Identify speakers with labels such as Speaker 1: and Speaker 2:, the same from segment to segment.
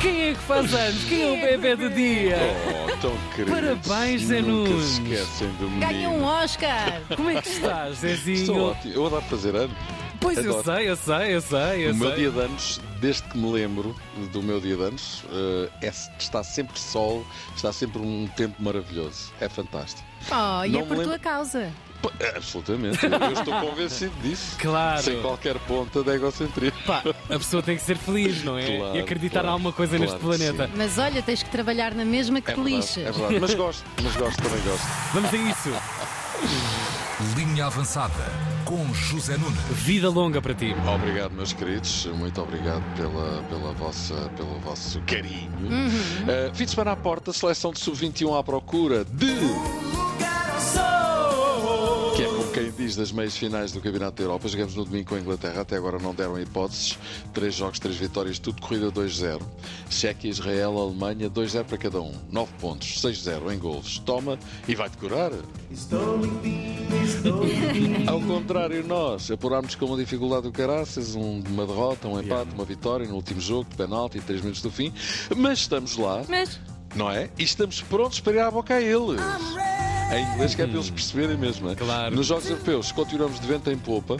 Speaker 1: que faz anos. Quem é o bebê do dia?
Speaker 2: Oh, tão querido.
Speaker 1: Parabéns, Zé
Speaker 2: Nunca
Speaker 1: Nunes.
Speaker 2: se esquecem do menino.
Speaker 3: Ganha um Oscar.
Speaker 1: Como é que estás,
Speaker 2: Estou
Speaker 1: Zezinho?
Speaker 2: ótimo. Eu adoro fazer anos.
Speaker 1: Pois eu
Speaker 2: Adoro.
Speaker 1: sei, eu sei, eu sei. Eu
Speaker 2: O meu
Speaker 1: sei.
Speaker 2: dia de anos, desde que me lembro do meu dia de anos, eh, é- está sempre sol, está sempre um tempo maravilhoso. É fantástico.
Speaker 3: Oh, e
Speaker 2: Não
Speaker 3: é
Speaker 2: me
Speaker 3: por tua
Speaker 2: lembro.
Speaker 3: causa.
Speaker 2: Pô, é, Absolutamente. Eu eu estou convencido disso.
Speaker 1: Claro.
Speaker 2: Sem qualquer ponta de egocentrismo.
Speaker 1: Pá, a pessoa tem que ser feliz, não é?
Speaker 2: Claro,
Speaker 1: e acreditar em
Speaker 2: claro,
Speaker 1: alguma coisa
Speaker 2: claro
Speaker 1: neste
Speaker 2: que sim.
Speaker 1: planeta.
Speaker 3: Mas olha, tens que trabalhar na mesma que
Speaker 2: É
Speaker 3: te
Speaker 2: verdade, é
Speaker 3: lixas.
Speaker 2: verdade. Mas gosto, mas gosto, também gosto.
Speaker 1: Vamos a isso.
Speaker 4: Linha Avançada com José Nunes.
Speaker 1: Vida longa para ti.
Speaker 2: Obrigado, meus queridos. Muito obrigado pela, pela vossa, pelo vosso carinho. Eh, fim de semana à porta, seleção de sub-21 à procura de. Que é como quem diz das meias finais do Campeonato da Europa. Jogamos no domingo com a Inglaterra, até agora não deram hipóteses. Três jogos, três vitórias, tudo corrida 2-0. Cheque, Israel, Alemanha, 2-0 para cada um. 9 pontos, 6-0 em golos. Toma e vai-te curar. Ao contrário, nós apurámos com uma dificuldade do Caraças, um- uma derrota, um empate, uma vitória no último jogo, de penalti, 3 minutos do fim. Mas estamos lá,
Speaker 3: Mas
Speaker 2: não é? E estamos prontos para ir à boca a eles. Em inglês, que é para eles perceberem mesmo. não é?
Speaker 1: Claro.
Speaker 2: Nos Jogos Europeus, continuamos de vento em popa.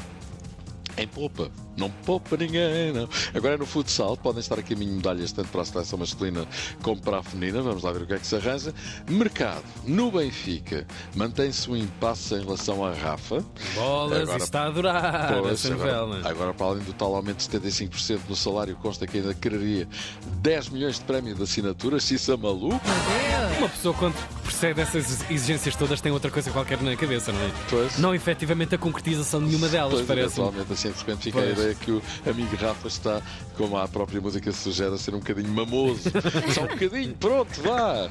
Speaker 2: Em popa. Não poupa ninguém, não. Agora é no futsal. Podem estar a caminho de medalhas tanto para a seleção masculina como para a feminina. Vamos lá ver o que é que se arranja. Mercado. No Benfica, mantém-se um impasse em relação à Rafa.
Speaker 1: Bolas,
Speaker 2: Agora-
Speaker 1: isto está a adorar
Speaker 2: Pois,
Speaker 1: essa Ah, novela. né?
Speaker 2: agora, agora, para além do tal aumento de 75% no salário, consta que ainda quereria 10 milhões de prémio de assinatura. Se isso é maluco.
Speaker 1: Uma pessoa quando percebe essas exigências todas tem outra coisa qualquer na cabeça, não é?
Speaker 2: Pois.
Speaker 1: Não efetivamente a concretização de nenhuma delas,
Speaker 2: Pois,
Speaker 1: parece.
Speaker 2: Naturalmente, assim, de repente fica a
Speaker 1: Pois.
Speaker 2: ideia que o amigo Rafa está, como a própria música sugere, a ser um bocadinho mamoso. Só um bocadinho, pronto, vá!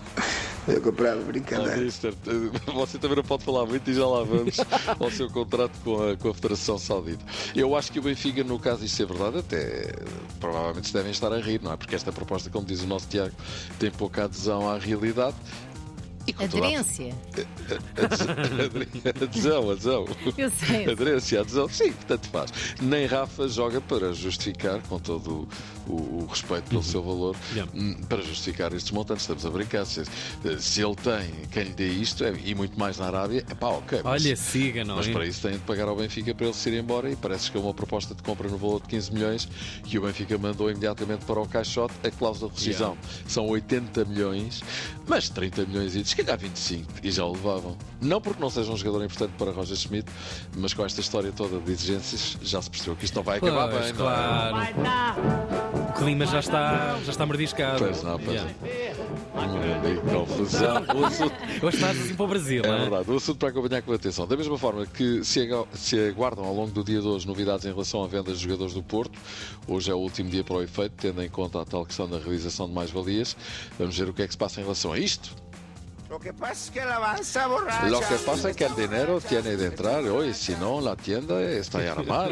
Speaker 5: Eu comprava
Speaker 2: Ah,
Speaker 5: brincadeira.
Speaker 2: Mister, eh, Você também não pode falar muito e já lá vamos ao seu contrato com a, com a Federação Saudita. Eu acho que o Benfica, no caso isto ser verdade, até eh, provavelmente se devem estar a rir, não é? Porque esta proposta, como diz o nosso Tiago, tem pouca adesão à realidade. E com toda a-
Speaker 3: aderência.
Speaker 2: Adesão, adesão.
Speaker 3: Eu sei.
Speaker 2: Aderência, adesão, "Oh, sim, tanto faz. Nem Rafa joga para justificar, com todo o, o- o respeito pelo seu valor,
Speaker 1: Uhum. Yeah.
Speaker 2: hum, para justificar estes montantes. Estamos a brincar. Se, se ele tem quem lhe dê isto é- e muito mais na Arábia, é pá, ok. mas-
Speaker 1: Olha, siga, não
Speaker 2: mas
Speaker 1: é?
Speaker 2: para isso têm de pagar ao Benfica para ele se ir embora e parece que é uma proposta de compra no valor de 15 milhões que o Benfica mandou imediatamente para o caixote a cláusula de rescisão. São 80 milhões, mas 30 milhões e se calhar 25 e já o levavam. Não porque não seja um jogador importante para Roger Schmidt, mas com esta história toda de exigências já se percebeu que isto não vai
Speaker 1: Pois,
Speaker 2: acabar bem. não é?
Speaker 1: claro. O clima já está, já está mordiscado.
Speaker 2: Pois não, pois
Speaker 1: Yeah.
Speaker 2: não. Hum, e confusão. O assunto-
Speaker 1: Hoje estás assim para o Brasil,
Speaker 2: É
Speaker 1: não é?
Speaker 2: verdade, o assunto para acompanhar com atenção. Da mesma forma que se, aga- se aguardam ao longo do dia de hoje novidades em relação à venda de jogadores do Porto, hoje é o último dia para o efeito, tendo em conta a tal questão da realização de mais-valias. Vamos ver o que é que se passa em relação a isto.
Speaker 5: O que passa é que ela avança borracha.
Speaker 2: Lo que pasa es que el dinero tiene de entrar hoy, si no, la tienda está armada.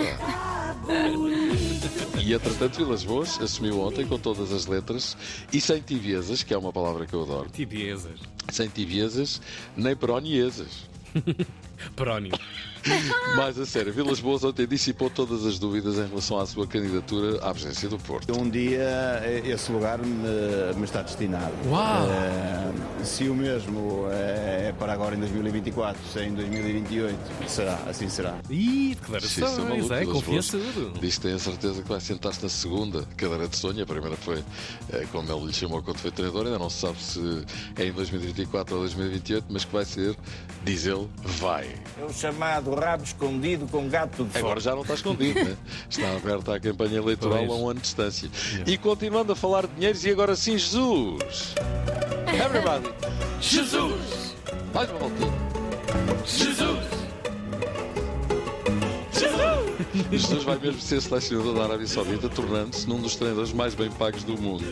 Speaker 2: E entretanto, Vilas Boas assumiu ontem com todas as letras e sem tibiezas, que é uma palavra que eu adoro,
Speaker 1: Tibiezas.
Speaker 2: sem tibiezas nem peroniezas.
Speaker 1: Perónio.
Speaker 2: Mais a sério, Vilas Boas ontem dissipou todas as dúvidas em relação à sua candidatura à presidência do Porto.
Speaker 6: Um dia eh, esse lugar me, me está destinado.
Speaker 1: Uau!
Speaker 6: Eh, se o mesmo eh, é para agora em 2024, se é em 2028, será, assim será.
Speaker 1: Ih,
Speaker 2: Sim, isso é
Speaker 1: declarações,
Speaker 2: maluco,
Speaker 1: é,
Speaker 2: Vilas Boas.
Speaker 1: confiança tudo.
Speaker 2: Diz que tem a certeza que vai sentar-se na segunda cadeira de sonho. A primeira foi, eh, como ele lhe chamou quando foi treinador, ainda não se sabe se é em 2034 ou 2028, mas que vai ser, diz ele, vai.
Speaker 7: É o chamado rabo escondido com gato de fora.
Speaker 2: Agora já não está escondido, né? está aberta a campanha eleitoral
Speaker 1: Pois.
Speaker 2: a um ano de distância. E continuando a falar de dinheiros, e agora sim, Jesus! Everybody! Jesus! Mais uma voltinha. Jesus! Jesus! Jesus vai mesmo ser selecionador da Arábia Saudita, tornando-se num dos treinadores mais bem pagos do mundo.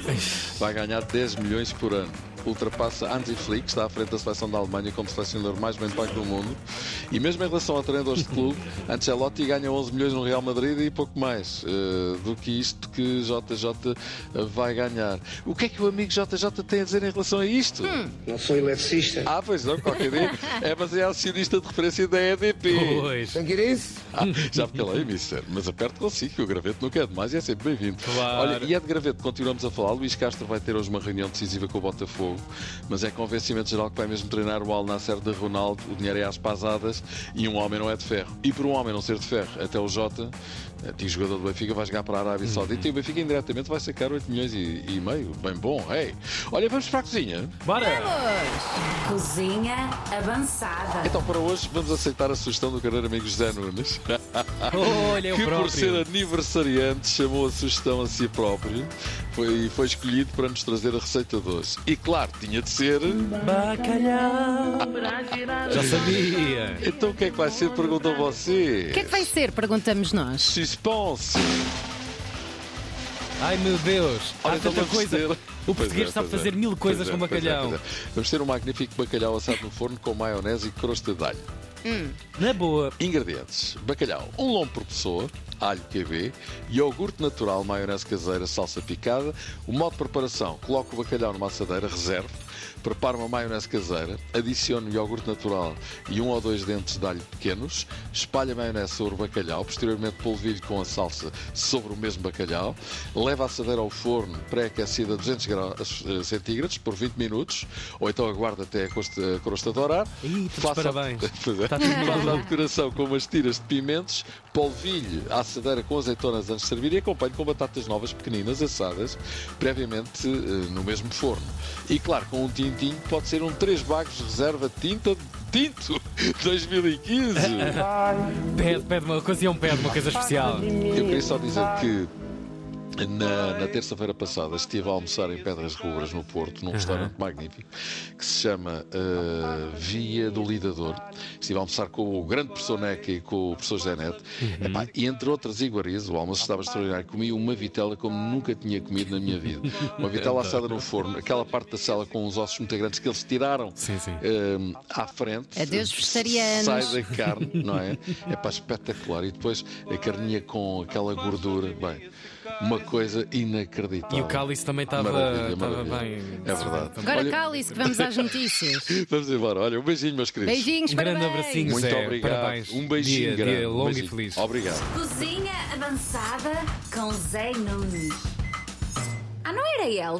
Speaker 2: Vai ganhar 10 milhões por ano. ultrapassa Hansi Flick, está à frente da seleção da Alemanha como selecionador mais bem pago do mundo. E mesmo em relação a treinadores de clube, Ancelotti ganha 11 milhões no Real Madrid e pouco mais eh, do que isto que JJ vai ganhar. O que é que o amigo JJ tem a dizer em relação a isto?
Speaker 5: Não Hum. sou eletricista.
Speaker 2: Ah, pois não, qualquer dia. É, mas é acionista de referência da EDP.
Speaker 1: Pois.
Speaker 5: Tem que ir isso?
Speaker 2: Ah, já me calei, mister, mas aperto consigo, que o graveto nunca é demais e é sempre bem-vindo.
Speaker 1: Claro.
Speaker 2: Olha, e é de graveto, continuamos a falar. Luís Castro vai ter hoje uma reunião decisiva com o Botafogo, mas é convencimento geral que vai mesmo treinar o Al Nasser de Ronaldo, o dinheiro é às pasadas e um homem não é de ferro. E por um homem não ser de ferro, até o Jota, eh, antigo jogador do Benfica, vai jogar para a Arábia Saudita e o Benfica indiretamente vai sacar 8 milhões e, e meio. Bem bom, hey. Olha, vamos para a cozinha.
Speaker 1: Bora!
Speaker 8: Cozinha avançada.
Speaker 2: Então, para hoje, vamos aceitar a sugestão do carreiro amigo José Nunes.
Speaker 1: Olha, eu
Speaker 2: que por ser
Speaker 1: próprio.
Speaker 2: aniversariante chamou a sugestão a si próprio foi, foi escolhido para nos trazer a receita doce. E claro, tinha de ser.
Speaker 1: Já sabia.
Speaker 2: Então o que é que vai ser? Perguntam
Speaker 3: O que é
Speaker 2: você.
Speaker 3: que vai ser? Perguntamos nós.
Speaker 2: Suspense!
Speaker 1: Ai meu Deus, há
Speaker 2: Olha, então
Speaker 1: tanta
Speaker 2: vamos
Speaker 1: coisa.
Speaker 2: ter-
Speaker 1: O
Speaker 2: Pois
Speaker 1: português
Speaker 2: é,
Speaker 1: sabe
Speaker 2: pois é.
Speaker 1: fazer mil coisas
Speaker 2: Pois
Speaker 1: com
Speaker 2: é, pois é,
Speaker 1: bacalhau.
Speaker 2: pois é. Vamos ter um magnífico bacalhau assado no forno com maionese e crosta de alho. é.
Speaker 1: Na boa.
Speaker 2: Ingredientes: bacalhau, um lombo por pessoa, alho QB, iogurte natural, maionese caseira, salsa picada. O modo de preparação: coloco o bacalhau numa assadeira, reservo, preparo uma maionese caseira, adiciono iogurte natural e um ou dois dentes de alho pequenos, espalho a maionese sobre o bacalhau, posteriormente polvilho com a salsa sobre o mesmo bacalhau, levo a assadeira ao forno pré-aquecida a 200 graus eh, centígrados por 20 minutos, ou então aguardo até a costa- a crosta dourar.
Speaker 1: Ih, todos
Speaker 2: Faço a-
Speaker 1: parabéns.
Speaker 2: Pois é.
Speaker 1: Está Tá tudo bem.
Speaker 2: Faz a decoração com umas tiras de pimentos, polvilho, a assadeira com azeitonas antes de servir e acompanho com batatas novas pequeninas assadas, previamente eh, no mesmo forno. E claro, com um tintinho pode ser um 3 bagos reserva tinta tinto 2015.
Speaker 1: Pede, pede uma coisa e um pede uma coisa especial.
Speaker 2: Eu queria só dizer que na, na terça-feira passada estive a almoçar em Pedras Rubras, no Porto, num restaurante magnífico que se chama eh, Via do Lidador. Estive a almoçar com o grande professor Neca e com o professor José Neto.
Speaker 1: Uhum.
Speaker 2: Epá, e entre outras iguarias, o almoço estava extraordinário. Comi uma vitela como nunca tinha comido na minha vida. Uma
Speaker 1: Então.
Speaker 2: vitela assada no forno, aquela parte da sala com os ossos muito grandes que eles tiraram
Speaker 1: Sim, sim.
Speaker 2: eh, à frente.
Speaker 3: Adeus, vegetarianos.
Speaker 2: Sai da carne, não é? É para espetacular. E depois a carninha com aquela gordura, bem, uma coisa inacreditável.
Speaker 1: E o cálice também estava
Speaker 2: Maravilha,
Speaker 1: estava bem.
Speaker 2: maravilha. É verdade.
Speaker 3: Agora
Speaker 2: Olha-
Speaker 3: cala-se que vamos às notícias.
Speaker 2: Vamos embora. Olha, um beijinho, meus queridos.
Speaker 3: Beijinhos,
Speaker 1: Um grande
Speaker 3: parabéns.
Speaker 1: abracinho,
Speaker 2: Muito
Speaker 1: Zé.
Speaker 2: obrigado.
Speaker 1: Parabéns.
Speaker 2: Um beijinho
Speaker 1: dia,
Speaker 2: grande.
Speaker 1: Dia
Speaker 2: Um
Speaker 1: longo
Speaker 2: beijinho.
Speaker 1: e feliz.
Speaker 2: Obrigado.
Speaker 8: Cozinha avançada com Zé Nunes. Ah, não era ele?